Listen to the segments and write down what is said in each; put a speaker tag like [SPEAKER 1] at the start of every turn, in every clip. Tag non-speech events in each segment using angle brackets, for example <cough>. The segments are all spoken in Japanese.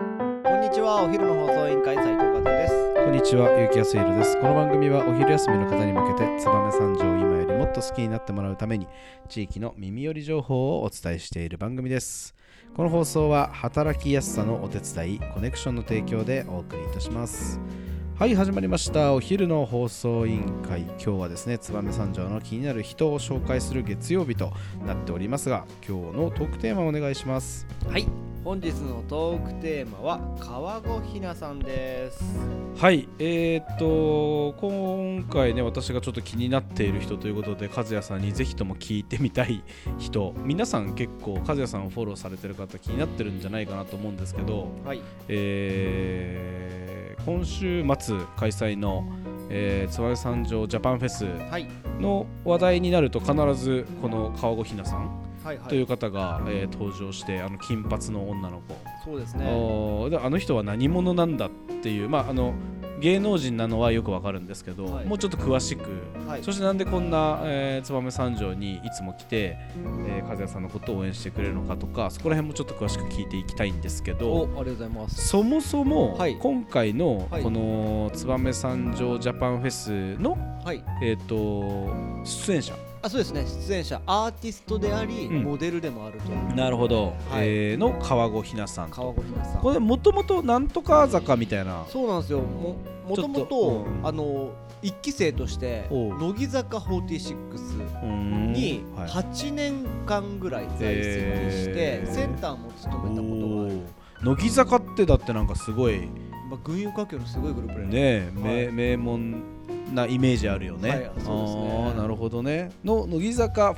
[SPEAKER 1] にちはお昼の放送委員会斉藤和也です
[SPEAKER 2] こんにちは、ゆうきやすいろです。この番組はお昼休みの方に向けて、燕三条を今よりもっと好きになってもらうために、地域の耳寄り情報をお伝えしている番組です。この放送は、働きやすさのお手伝い、コネクションの提供でお送りいたします。はい、始まりました。お昼の放送委員会。今日はですね、燕三条の気になる人を紹介する月曜日となっておりますが、今日のトークテーマをお願いします。
[SPEAKER 1] はい本日のトークテーマは川越ひなさんです
[SPEAKER 2] はい、えーっと今回ね私がちょっと気になっている人ということで和也さんにぜひとも聞いてみたい人皆さん結構和也さんをフォローされてる方気になってるんじゃないかなと思うんですけど、
[SPEAKER 1] はい
[SPEAKER 2] えー今週末開催のえー燕三条ジャパンフェス
[SPEAKER 1] はい
[SPEAKER 2] の話題になると必ずこの川越ひなさん
[SPEAKER 1] はいは
[SPEAKER 2] とい
[SPEAKER 1] いう
[SPEAKER 2] 方が、えー登場してあの金髪の女の子
[SPEAKER 1] そうですね
[SPEAKER 2] おーであの人は何者なんだっていう、まあ、あの芸能人なのはよくわかるんですけど、
[SPEAKER 1] はい
[SPEAKER 2] もうちょっと詳しく、
[SPEAKER 1] はい
[SPEAKER 2] そしてなんでこんな、えー、燕三条にいつも来て、えー、和也さんのことを応援してくれるのかとかそこら辺もちょっと詳しく聞いていきたいんです
[SPEAKER 1] お
[SPEAKER 2] け
[SPEAKER 1] あ
[SPEAKER 2] ど
[SPEAKER 1] りがとうございます
[SPEAKER 2] そもそも
[SPEAKER 1] はい
[SPEAKER 2] 今回の
[SPEAKER 1] はい
[SPEAKER 2] この燕三条ジャパンフェスの、
[SPEAKER 1] はい
[SPEAKER 2] えー、と出演者
[SPEAKER 1] あそうですね出演者アーティストであり、
[SPEAKER 2] うん
[SPEAKER 1] モデルでもあるという
[SPEAKER 2] なるほど、
[SPEAKER 1] はい
[SPEAKER 2] えーの川越ひなさんと
[SPEAKER 1] 川越ひなさん
[SPEAKER 2] これもともとなんとか坂みたいな
[SPEAKER 1] そうなんですよもも
[SPEAKER 2] ちょっ
[SPEAKER 1] と
[SPEAKER 2] と
[SPEAKER 1] もと
[SPEAKER 2] うん
[SPEAKER 1] あの一期生として
[SPEAKER 2] おう
[SPEAKER 1] 乃木坂46に
[SPEAKER 2] うんはい
[SPEAKER 1] 8年間ぐらい在籍して、
[SPEAKER 2] えー
[SPEAKER 1] センターも務めたことがある、
[SPEAKER 2] おー乃木坂ってだってなんかすごいね
[SPEAKER 1] まあ、軍友華僑のすごいグループで
[SPEAKER 2] え、
[SPEAKER 1] はい
[SPEAKER 2] 名名門なイメージあるよね、
[SPEAKER 1] はいそうですね
[SPEAKER 2] あーなるほどねの乃木坂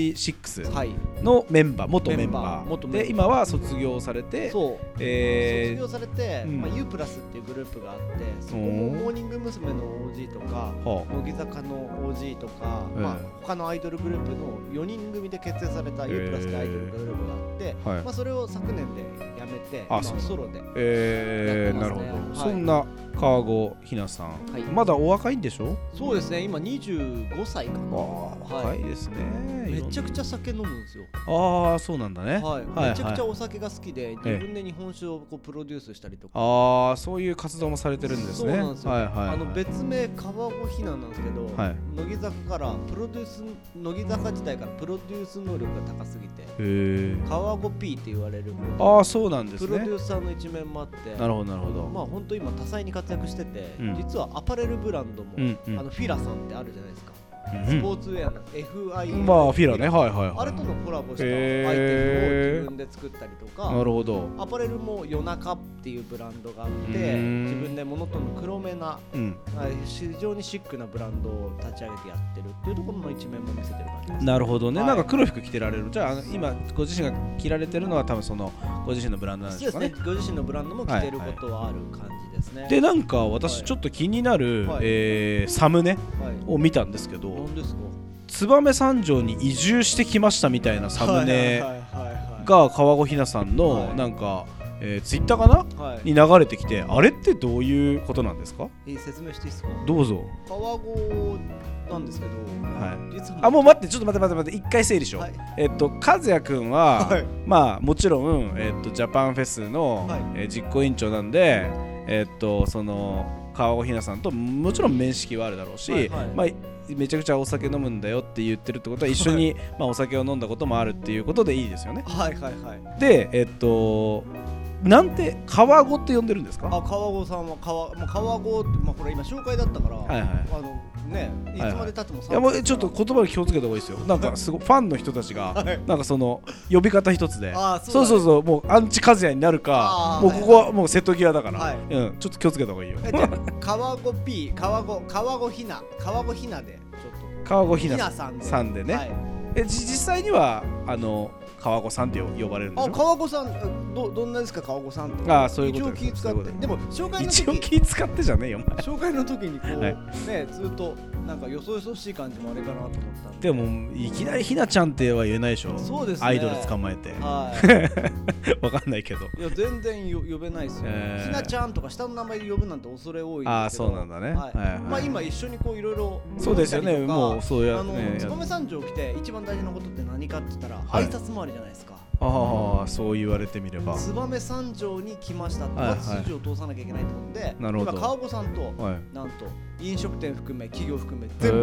[SPEAKER 2] 46
[SPEAKER 1] はい
[SPEAKER 2] のメンバー元メン
[SPEAKER 1] メンバ
[SPEAKER 2] バ
[SPEAKER 1] ー
[SPEAKER 2] ー
[SPEAKER 1] 元メンバー
[SPEAKER 2] で今は卒業されて
[SPEAKER 1] そう、
[SPEAKER 2] え
[SPEAKER 1] 卒業されて、
[SPEAKER 2] うん
[SPEAKER 1] まあ、U プラスっていうグループがあってそこも
[SPEAKER 2] おー
[SPEAKER 1] モーニング娘。の OG とか
[SPEAKER 2] ーはあ
[SPEAKER 1] 乃木坂の OG とか、
[SPEAKER 2] ええ
[SPEAKER 1] まあ、他のアイドルグループの4人組で結成された U プラスってアイドルグループがあって、
[SPEAKER 2] はい
[SPEAKER 1] まあ、それを昨年でやめて、
[SPEAKER 2] あ
[SPEAKER 1] 今
[SPEAKER 2] そう
[SPEAKER 1] ソロで
[SPEAKER 2] えー
[SPEAKER 1] や
[SPEAKER 2] な
[SPEAKER 1] って
[SPEAKER 2] る
[SPEAKER 1] ま
[SPEAKER 2] ほ
[SPEAKER 1] すね、
[SPEAKER 2] ど
[SPEAKER 1] はい
[SPEAKER 2] そんな川越ひなさん、
[SPEAKER 1] はい
[SPEAKER 2] まだお若いんでしょ
[SPEAKER 1] そうですね今25歳か
[SPEAKER 2] あ
[SPEAKER 1] な
[SPEAKER 2] ー若いですね、
[SPEAKER 1] めちゃくちゃ
[SPEAKER 2] い
[SPEAKER 1] 酒飲むんですよ、
[SPEAKER 2] ろんなああそうなんだね、
[SPEAKER 1] はい
[SPEAKER 2] はい
[SPEAKER 1] めちゃくちゃお酒が好きで自分で日本酒をこうプロデュースしたりとか、
[SPEAKER 2] ああそういう活動もされてるんですね
[SPEAKER 1] そうなんですよ
[SPEAKER 2] はいはいはい、
[SPEAKER 1] あの別名川越ひななんですけど、
[SPEAKER 2] はい
[SPEAKER 1] 乃木坂からプロデュース乃木坂時代からプロデュース能力が高すぎて
[SPEAKER 2] へえ
[SPEAKER 1] 川越 P って言われる
[SPEAKER 2] ああそうなんです
[SPEAKER 1] プロデ
[SPEAKER 2] ね
[SPEAKER 1] ューサーの一面もあって
[SPEAKER 2] なるほどなるほど、
[SPEAKER 1] まあ本当今多彩に活躍してて、
[SPEAKER 2] うん
[SPEAKER 1] 実はアパレルブランドも、
[SPEAKER 2] うんうん
[SPEAKER 1] あのフィラさんってあるじゃないですか、
[SPEAKER 2] うん
[SPEAKER 1] スポーツウェアの FIA
[SPEAKER 2] まあフィラねはいはいはい
[SPEAKER 1] あれとのコラボしたアイテムを
[SPEAKER 2] へー
[SPEAKER 1] 自分で作ったりとか、
[SPEAKER 2] なるほど
[SPEAKER 1] アパレルも夜中っていうブランドがあっ
[SPEAKER 2] う
[SPEAKER 1] て
[SPEAKER 2] ーん
[SPEAKER 1] 自分でモノトーンの黒めな
[SPEAKER 2] うん
[SPEAKER 1] あ非常にシックなブランドを立ち上げてやってるっていうところの一面も見せてる感じです
[SPEAKER 2] なるほどね、
[SPEAKER 1] はい
[SPEAKER 2] なんか黒服着てられるじゃああの今ご自身が着られてるのは多分そのご自身のブランドな
[SPEAKER 1] そ
[SPEAKER 2] ん
[SPEAKER 1] う
[SPEAKER 2] で
[SPEAKER 1] で
[SPEAKER 2] し
[SPEAKER 1] す
[SPEAKER 2] ょうかね
[SPEAKER 1] ねご
[SPEAKER 2] で
[SPEAKER 1] 自身のブランドも着てることはある感じですね、はい
[SPEAKER 2] なんか
[SPEAKER 1] は
[SPEAKER 2] 私
[SPEAKER 1] い
[SPEAKER 2] ちょっと気になる、
[SPEAKER 1] はい
[SPEAKER 2] えーサムネを見たんですけど
[SPEAKER 1] 何ですか
[SPEAKER 2] 燕三条に移住してきましたみたいなサム
[SPEAKER 1] はい
[SPEAKER 2] ネ
[SPEAKER 1] はいはいはい
[SPEAKER 2] が川越ひなさ
[SPEAKER 1] は
[SPEAKER 2] んの
[SPEAKER 1] い
[SPEAKER 2] なんか、えー、ツイッターかな
[SPEAKER 1] はい
[SPEAKER 2] に流れてきてあれってどういうことなんですか
[SPEAKER 1] えー説明していいですか
[SPEAKER 2] どうぞ
[SPEAKER 1] 川越なんですけど、
[SPEAKER 2] は
[SPEAKER 1] 実は
[SPEAKER 2] あもう待ってちょっと待って待って待って一回整理しよう、
[SPEAKER 1] はい
[SPEAKER 2] えっと和也くんは、
[SPEAKER 1] はい
[SPEAKER 2] まあもちろん、えっと、ジャパンフェスの、
[SPEAKER 1] はい
[SPEAKER 2] えー実行委員長なんでえっとその川越ひなさんともちろん面識はあるだろうし、
[SPEAKER 1] はいはい
[SPEAKER 2] まあめちゃくちゃお酒飲むんだよって言ってるってことは一緒に、まあ、お酒を飲んだこともあるっていうことでいいですよね
[SPEAKER 1] はいはいはい
[SPEAKER 2] でえっとなんて川越って呼んでるんですか
[SPEAKER 1] あ川越さんは川,、まあ、川越って、まあ、これ今紹介だったから、
[SPEAKER 2] はいはい
[SPEAKER 1] あのねいつまでたっても
[SPEAKER 2] いやもうちょっと言葉に気をつけた方がいいですよ。なんかすごいファンの人たちが、
[SPEAKER 1] はい
[SPEAKER 2] なんかその呼び方一つで
[SPEAKER 1] あー、そだ
[SPEAKER 2] そうう
[SPEAKER 1] ね
[SPEAKER 2] そうそう、もうアンチカズヤになる
[SPEAKER 1] あ
[SPEAKER 2] か
[SPEAKER 1] ー、
[SPEAKER 2] もうここはもう瀬戸際だから、
[SPEAKER 1] はい
[SPEAKER 2] うん、ちょっと気をつけた方がいいよ。
[SPEAKER 1] えじゃあ川越 P 川越川越ひな川越ひなでちょっと
[SPEAKER 2] 川越ひなさん。
[SPEAKER 1] さん
[SPEAKER 2] さんでね
[SPEAKER 1] はい
[SPEAKER 2] えじ実際にはあの川越さんって呼呼ばれるんでし
[SPEAKER 1] あ
[SPEAKER 2] ょ。
[SPEAKER 1] 川越さんえどどんなですか川越さんって
[SPEAKER 2] あーそういうこと
[SPEAKER 1] 一応気使
[SPEAKER 2] そう
[SPEAKER 1] っ
[SPEAKER 2] いうこ
[SPEAKER 1] て
[SPEAKER 2] と
[SPEAKER 1] でも紹介の
[SPEAKER 2] 一応
[SPEAKER 1] 時
[SPEAKER 2] 気使ってじゃねえよお前。
[SPEAKER 1] 紹介の時
[SPEAKER 2] <laughs>
[SPEAKER 1] にこう、
[SPEAKER 2] はい
[SPEAKER 1] ねずっとなんかよそよそしい感じもあれかなと思ったんで
[SPEAKER 2] でもいきなりひなちゃんっては言えないでしょ。
[SPEAKER 1] そうですね
[SPEAKER 2] アイドル捕まえて
[SPEAKER 1] はい
[SPEAKER 2] わかんないけど。
[SPEAKER 1] いや全然よ呼べないですよ、
[SPEAKER 2] <laughs> えー
[SPEAKER 1] ひなちゃんとか下の名前で呼ぶなんて恐れ多いですけど
[SPEAKER 2] ああそうなんだね。
[SPEAKER 1] はい
[SPEAKER 2] はいはい
[SPEAKER 1] まあ今一緒にこういろいろ
[SPEAKER 2] そうですよね。
[SPEAKER 1] 動いたりとか
[SPEAKER 2] もうそうや
[SPEAKER 1] あの
[SPEAKER 2] ね。や
[SPEAKER 1] 燕三条来て一番大事なことって何かって言ったら
[SPEAKER 2] はい
[SPEAKER 1] 挨拶回りじゃないですか、
[SPEAKER 2] ああそう言われてみれば
[SPEAKER 1] 燕三条に来ましたって、
[SPEAKER 2] はいはい
[SPEAKER 1] まず筋を通さなきゃいけないってことで、
[SPEAKER 2] なるほど
[SPEAKER 1] 今川越さんと
[SPEAKER 2] はい
[SPEAKER 1] なんと飲食店含め企業含め
[SPEAKER 2] へ
[SPEAKER 1] 全部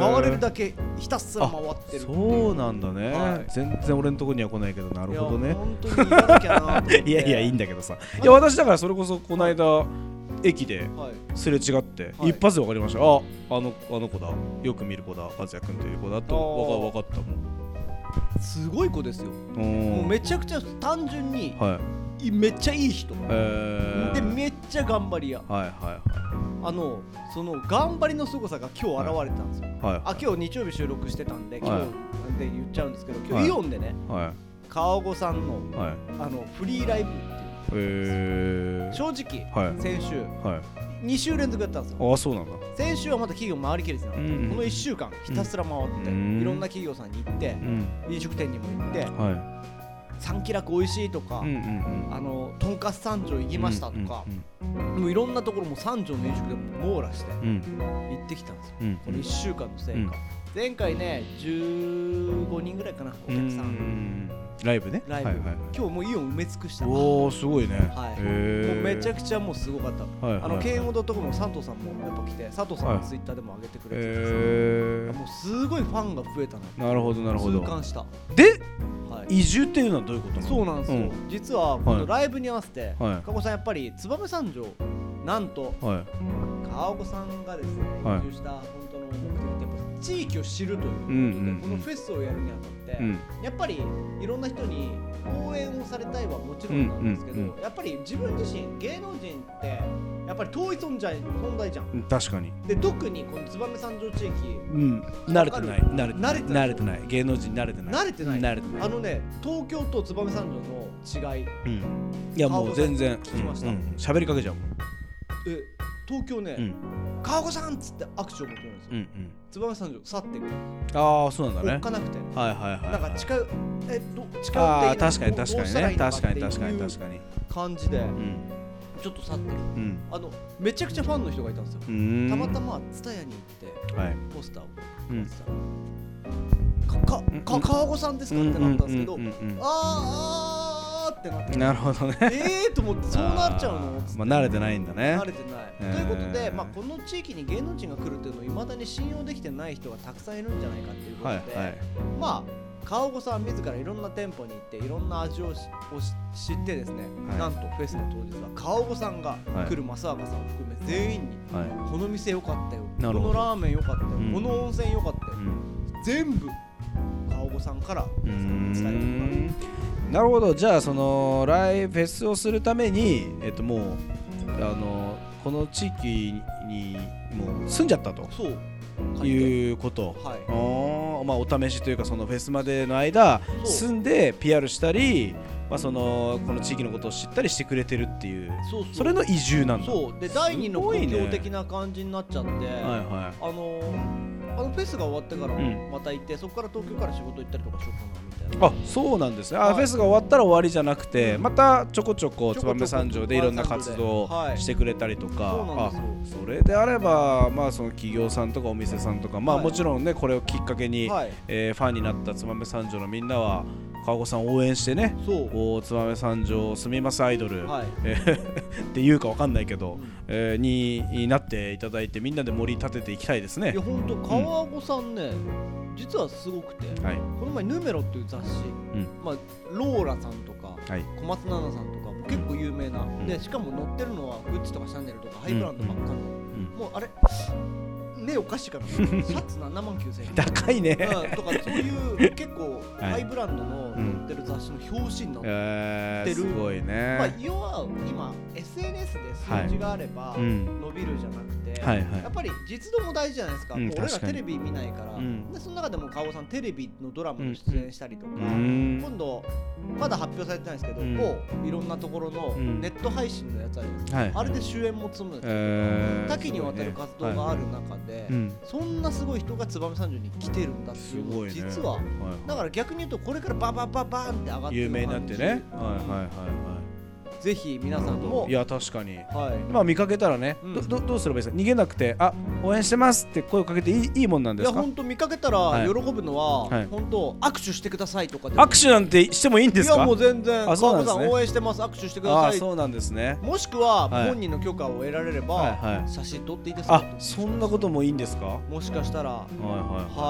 [SPEAKER 2] ー
[SPEAKER 1] 回れるだけひたすら回ってる
[SPEAKER 2] そうなんだね、
[SPEAKER 1] はい
[SPEAKER 2] 全然俺のとこには来ないけどなるほど
[SPEAKER 1] いや
[SPEAKER 2] ね
[SPEAKER 1] 本当に行かなきゃなと思って
[SPEAKER 2] <laughs> いやいやいいんだけどさいや私だからそれこそこの間駅で
[SPEAKER 1] はい
[SPEAKER 2] すれ違って、
[SPEAKER 1] はい
[SPEAKER 2] 一発で分かりましたああのあの子だよく見る子だ和也君という子だと
[SPEAKER 1] あー
[SPEAKER 2] 分か分かっ
[SPEAKER 1] すごい子ですよ
[SPEAKER 2] たもん
[SPEAKER 1] もう
[SPEAKER 2] うん
[SPEAKER 1] めちゃくちゃ単純に
[SPEAKER 2] はい
[SPEAKER 1] いめっちゃいい人
[SPEAKER 2] えー、
[SPEAKER 1] でめっちゃ頑張り屋
[SPEAKER 2] はいはい
[SPEAKER 1] あのその頑張りの凄さが今日現れてたんですよ
[SPEAKER 2] はいは
[SPEAKER 1] あ今日日曜日収録してたんで今
[SPEAKER 2] はい
[SPEAKER 1] 日で言っちゃうんですけど今
[SPEAKER 2] は
[SPEAKER 1] 日
[SPEAKER 2] い
[SPEAKER 1] イオンでね
[SPEAKER 2] いは
[SPEAKER 1] 川越さんの
[SPEAKER 2] いはい
[SPEAKER 1] あのフリーライブってい
[SPEAKER 2] え
[SPEAKER 1] う
[SPEAKER 2] ー、
[SPEAKER 1] 正直
[SPEAKER 2] はい
[SPEAKER 1] 先週
[SPEAKER 2] はい
[SPEAKER 1] 2週連続やったんですよ
[SPEAKER 2] ああそうなんだ
[SPEAKER 1] 先週はまた企業回りきれてたの、
[SPEAKER 2] うんうん
[SPEAKER 1] この1週間ひたすら回って、
[SPEAKER 2] うん
[SPEAKER 1] いろんな企業さんに行って
[SPEAKER 2] う、ん
[SPEAKER 1] 飲食店にも行って
[SPEAKER 2] は
[SPEAKER 1] 三気楽美味しいとか、
[SPEAKER 2] いうんうんうん
[SPEAKER 1] あのとんかつ三条行きましたとか、もういろんなところも三条の飲食店も網羅して
[SPEAKER 2] うんうん
[SPEAKER 1] 行ってきたんですよ
[SPEAKER 2] うんうん
[SPEAKER 1] この1週間の成果、
[SPEAKER 2] うん
[SPEAKER 1] 前回ね15人ぐらいかなお客さん、
[SPEAKER 2] うんライブね
[SPEAKER 1] ライブ、
[SPEAKER 2] はいはいはい
[SPEAKER 1] 今日もうイオン埋め尽くしたも
[SPEAKER 2] おおすごいね、
[SPEAKER 1] はい
[SPEAKER 2] へ
[SPEAKER 1] う
[SPEAKER 2] ー
[SPEAKER 1] めちゃくちゃもうすごかった、
[SPEAKER 2] はいはいはい
[SPEAKER 1] あの慶応のとこも佐藤さんもやっぱ来て佐藤さんのツイッターでも上げてくれてたんですよ
[SPEAKER 2] へ
[SPEAKER 1] もうすごいファンが増えたな
[SPEAKER 2] ーなるほどなるほ
[SPEAKER 1] 痛
[SPEAKER 2] ど
[SPEAKER 1] 感した、
[SPEAKER 2] で
[SPEAKER 1] はい、
[SPEAKER 2] 移住っていうのはどういうことなの
[SPEAKER 1] そうなんですよ、実はこのライブに合わせて、
[SPEAKER 2] は
[SPEAKER 1] 加
[SPEAKER 2] い
[SPEAKER 1] 古さんやっぱり燕三条なんと
[SPEAKER 2] うんはい
[SPEAKER 1] 川越さんがですね
[SPEAKER 2] はい
[SPEAKER 1] 移住した本当の目的ってやっぱ地域を知るということで、
[SPEAKER 2] うんうんうん
[SPEAKER 1] このフェスをやるにあたって、
[SPEAKER 2] うん
[SPEAKER 1] やっぱりいろんな人に応援をされたいはもちろんなんですけど、
[SPEAKER 2] うんうん
[SPEAKER 1] やっぱり自分自身芸能人ってやっぱり遠い存在存在じゃん
[SPEAKER 2] うん確かに
[SPEAKER 1] で特にこの燕三条地域
[SPEAKER 2] うん慣れてない慣れて
[SPEAKER 1] 慣
[SPEAKER 2] ない
[SPEAKER 1] れてない
[SPEAKER 2] 慣れてない芸能人慣れてない
[SPEAKER 1] 慣れてない
[SPEAKER 2] 慣れてない
[SPEAKER 1] あのね東京と燕三条の違い
[SPEAKER 2] うんいやもう全然
[SPEAKER 1] 聞きました
[SPEAKER 2] うんうん喋りかけちゃうもん
[SPEAKER 1] え東京ね、
[SPEAKER 2] うん
[SPEAKER 1] 川越さんっつって握手を求めるんですよ
[SPEAKER 2] うんうん
[SPEAKER 1] 燕三条去っていく
[SPEAKER 2] ああそうなん
[SPEAKER 1] お
[SPEAKER 2] だ
[SPEAKER 1] っ
[SPEAKER 2] ね
[SPEAKER 1] かなくて
[SPEAKER 2] はいはいはい
[SPEAKER 1] なんか近いえど近
[SPEAKER 2] あ
[SPEAKER 1] 寄って
[SPEAKER 2] あ
[SPEAKER 1] いいの
[SPEAKER 2] 確かに
[SPEAKER 1] どう
[SPEAKER 2] 確
[SPEAKER 1] ど
[SPEAKER 2] かに
[SPEAKER 1] うしたらい
[SPEAKER 2] ね
[SPEAKER 1] いの
[SPEAKER 2] 確かに確かに
[SPEAKER 1] っていう
[SPEAKER 2] 確かに
[SPEAKER 1] 感じで
[SPEAKER 2] うん
[SPEAKER 1] ちょっと去ってる
[SPEAKER 2] うん
[SPEAKER 1] あのめちゃくちゃファンの人がいたんですよ
[SPEAKER 2] うーん
[SPEAKER 1] たまたま蔦屋に行って
[SPEAKER 2] はい
[SPEAKER 1] ポスターを
[SPEAKER 2] うん
[SPEAKER 1] 配ってたら
[SPEAKER 2] うん
[SPEAKER 1] かかか川越さんですかってなったんですけどあ
[SPEAKER 2] うんうんうんうん
[SPEAKER 1] ーあーってなって
[SPEAKER 2] なるほどね
[SPEAKER 1] えーと思ってそうなっちゃうの
[SPEAKER 2] あーまあ慣れてないんだね
[SPEAKER 1] 慣れてない、
[SPEAKER 2] えー
[SPEAKER 1] ということで、まあ、この地域に芸能人が来るっていうのをいまだに信用できてない人がたくさんいるんじゃないかっていうこと
[SPEAKER 2] は
[SPEAKER 1] で、
[SPEAKER 2] いはい
[SPEAKER 1] まあ川越さん自らいろんな店舗に行っていろんな味をしをし知ってですね、
[SPEAKER 2] はい
[SPEAKER 1] なんとフェスの当日は川越さんが来る正岡さんを含め全員に、
[SPEAKER 2] はい
[SPEAKER 1] この店良かったよ
[SPEAKER 2] なるほ
[SPEAKER 1] こ
[SPEAKER 2] ど
[SPEAKER 1] のラーメン良かったよ、
[SPEAKER 2] うん
[SPEAKER 1] この温泉良かったよ、
[SPEAKER 2] うん
[SPEAKER 1] 全部川越さんから
[SPEAKER 2] うー
[SPEAKER 1] 皆さんに伝えてもらうん
[SPEAKER 2] なるほどじゃあそのライブフェスをするためにえっともうあのこの地域にもう住んじゃったと
[SPEAKER 1] そう
[SPEAKER 2] いうこと
[SPEAKER 1] はい
[SPEAKER 2] あーまあ、お試しというかそのフェスまでの間
[SPEAKER 1] そう
[SPEAKER 2] 住んで PR したり、まあ、そのこの地域のことを知ったりしてくれてるっていう
[SPEAKER 1] そうそう
[SPEAKER 2] それの移住なんだ
[SPEAKER 1] そうで第二の
[SPEAKER 2] すご
[SPEAKER 1] 故
[SPEAKER 2] いね
[SPEAKER 1] 郷的な感じになっちゃって、
[SPEAKER 2] はいは
[SPEAKER 1] あのあのフェスが終わってから
[SPEAKER 2] うん
[SPEAKER 1] また行って、そこから東京から仕事行ったりとかしようかなみたいない
[SPEAKER 2] あそうなんですね、
[SPEAKER 1] は
[SPEAKER 2] あ
[SPEAKER 1] い
[SPEAKER 2] フェスが終わったら終わりじゃなくて、またちょこちょこ
[SPEAKER 1] ちょこちょこ
[SPEAKER 2] 燕三条でいろんな活動を
[SPEAKER 1] はい
[SPEAKER 2] してくれたりとか、
[SPEAKER 1] そうなんですよ
[SPEAKER 2] あそれであれば、まあ、その企業さんとかお店さんとか、まあ、
[SPEAKER 1] はい
[SPEAKER 2] もちろんねこれをきっかけに、
[SPEAKER 1] はい
[SPEAKER 2] えーファンになった燕三条のみんなは川越さんを応援してね
[SPEAKER 1] そう
[SPEAKER 2] お燕三条住みますアイドル、
[SPEAKER 1] はい
[SPEAKER 2] えー <laughs> っていうかわかんないけど、
[SPEAKER 1] うん
[SPEAKER 2] えーにになっていただいてみんなで盛り立てていきたいですね
[SPEAKER 1] いや。ほんと川越さんね、実はすごくて
[SPEAKER 2] はい、
[SPEAKER 1] この前「ヌメロ」っていう雑誌、
[SPEAKER 2] ん
[SPEAKER 1] まあ、ローラさんとか
[SPEAKER 2] はい
[SPEAKER 1] 小松菜奈さんとかも結構有名な、
[SPEAKER 2] ん
[SPEAKER 1] でしかも載ってるのはグッチとかシャンネルとかハイブランドばっかの、もうあれねおかしいかなシャツ7万9000円
[SPEAKER 2] 高いね、
[SPEAKER 1] <laughs> うんとかそういう結構
[SPEAKER 2] はい
[SPEAKER 1] ハイブランドの載ってる雑誌の表紙になってる、
[SPEAKER 2] え
[SPEAKER 1] 知
[SPEAKER 2] ー、
[SPEAKER 1] ってる
[SPEAKER 2] すごいね。
[SPEAKER 1] まあ、要は今 SNS で数字があれば
[SPEAKER 2] いうん
[SPEAKER 1] 伸びるじゃなくて、
[SPEAKER 2] はいはい
[SPEAKER 1] やっぱり実度も大事じゃないですか、
[SPEAKER 2] うん
[SPEAKER 1] もう俺ら
[SPEAKER 2] 確かに
[SPEAKER 1] テレビ見ないから、
[SPEAKER 2] うん
[SPEAKER 1] でその中でも川尾さんテレビのドラマに出演したりとか、
[SPEAKER 2] うん
[SPEAKER 1] 今度まだ発表されてないんですけど、
[SPEAKER 2] うん
[SPEAKER 1] もういろんなところの
[SPEAKER 2] うん
[SPEAKER 1] ネット配信のやつあるじゃないですか、
[SPEAKER 2] はい
[SPEAKER 1] あれで主演も積むんですよ
[SPEAKER 2] えー
[SPEAKER 1] 多岐にわたる活動があ
[SPEAKER 2] る。
[SPEAKER 1] る中で、
[SPEAKER 2] うん
[SPEAKER 1] そんなすごい人が燕三条に来てるんだっていうのを実はだから逆に言うとこれからババババーンって上がって
[SPEAKER 2] 有名
[SPEAKER 1] る
[SPEAKER 2] になっ
[SPEAKER 1] 感
[SPEAKER 2] て
[SPEAKER 1] じ
[SPEAKER 2] ね。はいはいはいはい。
[SPEAKER 1] ぜひ皆さんも
[SPEAKER 2] いや確かに
[SPEAKER 1] はい
[SPEAKER 2] まあ見かけたらね、
[SPEAKER 1] うん
[SPEAKER 2] どどどうすればいいですか逃げなくて「あ応援してます」って声をかけていいいいもんなん
[SPEAKER 1] い
[SPEAKER 2] で
[SPEAKER 1] や
[SPEAKER 2] すか
[SPEAKER 1] 本当見かけた
[SPEAKER 2] は
[SPEAKER 1] ら
[SPEAKER 2] い
[SPEAKER 1] 喜ぶのは、
[SPEAKER 2] はい
[SPEAKER 1] 本当握手してくださいとかでも
[SPEAKER 2] 握手なんてしてもいいんですか
[SPEAKER 1] いやもう全然
[SPEAKER 2] あそうなんで
[SPEAKER 1] 川
[SPEAKER 2] すね
[SPEAKER 1] 本さん応援してます握手してく
[SPEAKER 2] あ
[SPEAKER 1] だ
[SPEAKER 2] あ
[SPEAKER 1] さい
[SPEAKER 2] そうなんですね
[SPEAKER 1] もしくは
[SPEAKER 2] はい
[SPEAKER 1] 本人の許可を得られれば、
[SPEAKER 2] はいはい
[SPEAKER 1] 写真撮っていいですか
[SPEAKER 2] あそんなこともいいんですかは
[SPEAKER 1] もしかしたら
[SPEAKER 2] いは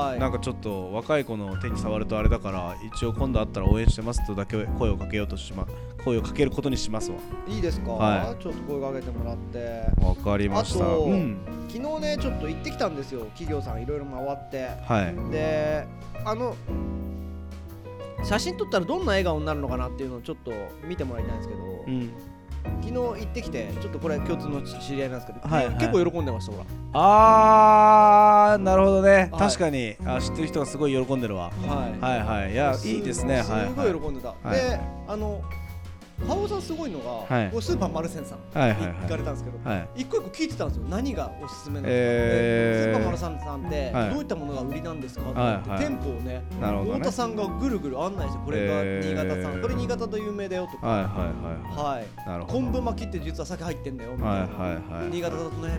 [SPEAKER 2] い
[SPEAKER 1] はい
[SPEAKER 2] なんかちょっと若い子の手に触るとあれだから一応今度会ったら応援してますとだけ声をかけようとしま声をかけることにしますわ
[SPEAKER 1] いいですか、
[SPEAKER 2] は
[SPEAKER 1] ちょっと声かけてもらって
[SPEAKER 2] わかりました
[SPEAKER 1] あと
[SPEAKER 2] うん
[SPEAKER 1] 昨日ねちょっと行ってきたんですよ企業さんいろいろ回って
[SPEAKER 2] はい
[SPEAKER 1] であの写真撮ったらどんな笑顔になるのかなっていうのをちょっと見てもらいたいんですけど、
[SPEAKER 2] うん
[SPEAKER 1] 昨日行ってきてちょっとこれ共通の知り合いなんですけど、
[SPEAKER 2] はいはい
[SPEAKER 1] 結構喜んでましたほ
[SPEAKER 2] あーなるほどね、
[SPEAKER 1] はい
[SPEAKER 2] 確かにあ知ってる人がすごい喜んでるわ
[SPEAKER 1] らはい
[SPEAKER 2] はいはいいや
[SPEAKER 1] す
[SPEAKER 2] いいですね
[SPEAKER 1] す
[SPEAKER 2] はい
[SPEAKER 1] ご
[SPEAKER 2] はいい
[SPEAKER 1] 喜んでた、
[SPEAKER 2] はい
[SPEAKER 1] であのパオさんすごいのが、
[SPEAKER 2] はい
[SPEAKER 1] こうスーパーマルセンさん
[SPEAKER 2] はい
[SPEAKER 1] に
[SPEAKER 2] はい
[SPEAKER 1] 行かれたんですけど、
[SPEAKER 2] はいはい
[SPEAKER 1] 一個一個聞いてたんですよ何がおすすめなのか、
[SPEAKER 2] えー
[SPEAKER 1] でスーパーマルセンさんって、
[SPEAKER 2] はい
[SPEAKER 1] どういったものが売りなんですかって
[SPEAKER 2] はい
[SPEAKER 1] って、
[SPEAKER 2] はい
[SPEAKER 1] 店舗をね
[SPEAKER 2] なるほど
[SPEAKER 1] 太
[SPEAKER 2] ね
[SPEAKER 1] 田さんがぐるぐる案内してこれが
[SPEAKER 2] えー
[SPEAKER 1] 新潟さん、これ新潟と有名だよとか、
[SPEAKER 2] はいはいはいは
[SPEAKER 1] はい
[SPEAKER 2] いなるほど
[SPEAKER 1] 昆布巻きって実は酒入ってんだよみたいな、
[SPEAKER 2] はいはいはい
[SPEAKER 1] 新潟だとねみたいな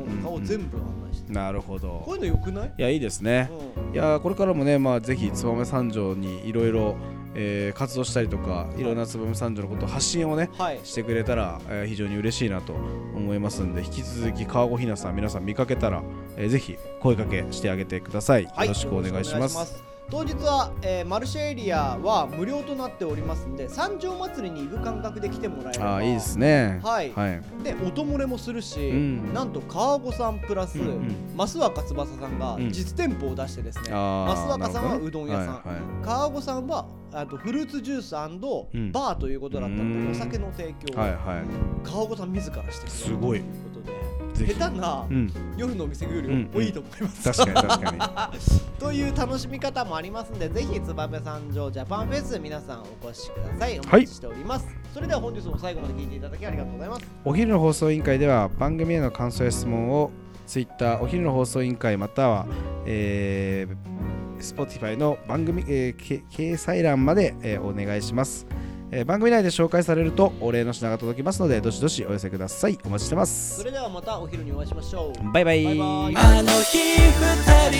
[SPEAKER 1] のとかを全部案内して、
[SPEAKER 2] なるほ
[SPEAKER 1] こう
[SPEAKER 2] ど
[SPEAKER 1] いうのよくない、
[SPEAKER 2] いやいいですね
[SPEAKER 1] うん
[SPEAKER 2] いやーこれからもねまあぜひ燕三条にいろいろえー活動したりとかいろんな燕三条のこと発信をね
[SPEAKER 1] はい
[SPEAKER 2] してくれたら、えー非常に嬉しいなと思いますんで引き続き川越ひなさん皆さん見かけたら、えーぜひ声かけしてあげてください、
[SPEAKER 1] はい
[SPEAKER 2] よろしくお願いし
[SPEAKER 1] よろ
[SPEAKER 2] ま
[SPEAKER 1] し
[SPEAKER 2] す
[SPEAKER 1] くお願いします当日は、えーマルシェエリアは無料となっておりますんで三条祭りに行く感覚で来てもらえれば
[SPEAKER 2] あーいいですね
[SPEAKER 1] はい
[SPEAKER 2] はい、
[SPEAKER 1] で音漏れもするし、
[SPEAKER 2] うん
[SPEAKER 1] なんと川越さんプラス、
[SPEAKER 2] うん
[SPEAKER 1] 増若翼さんが
[SPEAKER 2] うん
[SPEAKER 1] 実店舗を出してですね、
[SPEAKER 2] あー
[SPEAKER 1] 増若さん
[SPEAKER 2] な
[SPEAKER 1] は
[SPEAKER 2] るほ
[SPEAKER 1] う
[SPEAKER 2] ど
[SPEAKER 1] どん
[SPEAKER 2] ね
[SPEAKER 1] 屋さん、
[SPEAKER 2] はいはい
[SPEAKER 1] 川越さんはあとフルーツジュース
[SPEAKER 2] ん
[SPEAKER 1] バーということだったの
[SPEAKER 2] う
[SPEAKER 1] で
[SPEAKER 2] ん
[SPEAKER 1] お酒の提供を、
[SPEAKER 2] はいはい
[SPEAKER 1] 川越さん自らしてくれる
[SPEAKER 2] すご
[SPEAKER 1] とい
[SPEAKER 2] い
[SPEAKER 1] うこと
[SPEAKER 2] ぜ
[SPEAKER 1] で
[SPEAKER 2] ひ
[SPEAKER 1] 下手な、
[SPEAKER 2] うん
[SPEAKER 1] 夜のお店より
[SPEAKER 2] うん
[SPEAKER 1] もいいと思います、
[SPEAKER 2] 確かに確かに
[SPEAKER 1] という楽しみ方もありますんでぜひ燕三条ジャパンフェス皆さんお越しくださいお待ちしております、それでは本日も最後まで聞いていただきありがとうございます
[SPEAKER 2] お昼の放送委員会では番組への感想や質問を Twitter お昼の放送委員会または、えー Spotify の番組、えーけ掲載欄まで、えーお願いします、えー番組内で紹介されるとお礼の品が届きますのでどしどしお寄せくださいお待ちしてま
[SPEAKER 1] そ
[SPEAKER 2] す
[SPEAKER 1] れではまたお昼にお会いしましょう
[SPEAKER 2] バイバイ
[SPEAKER 1] バイバイ
[SPEAKER 3] あの日二人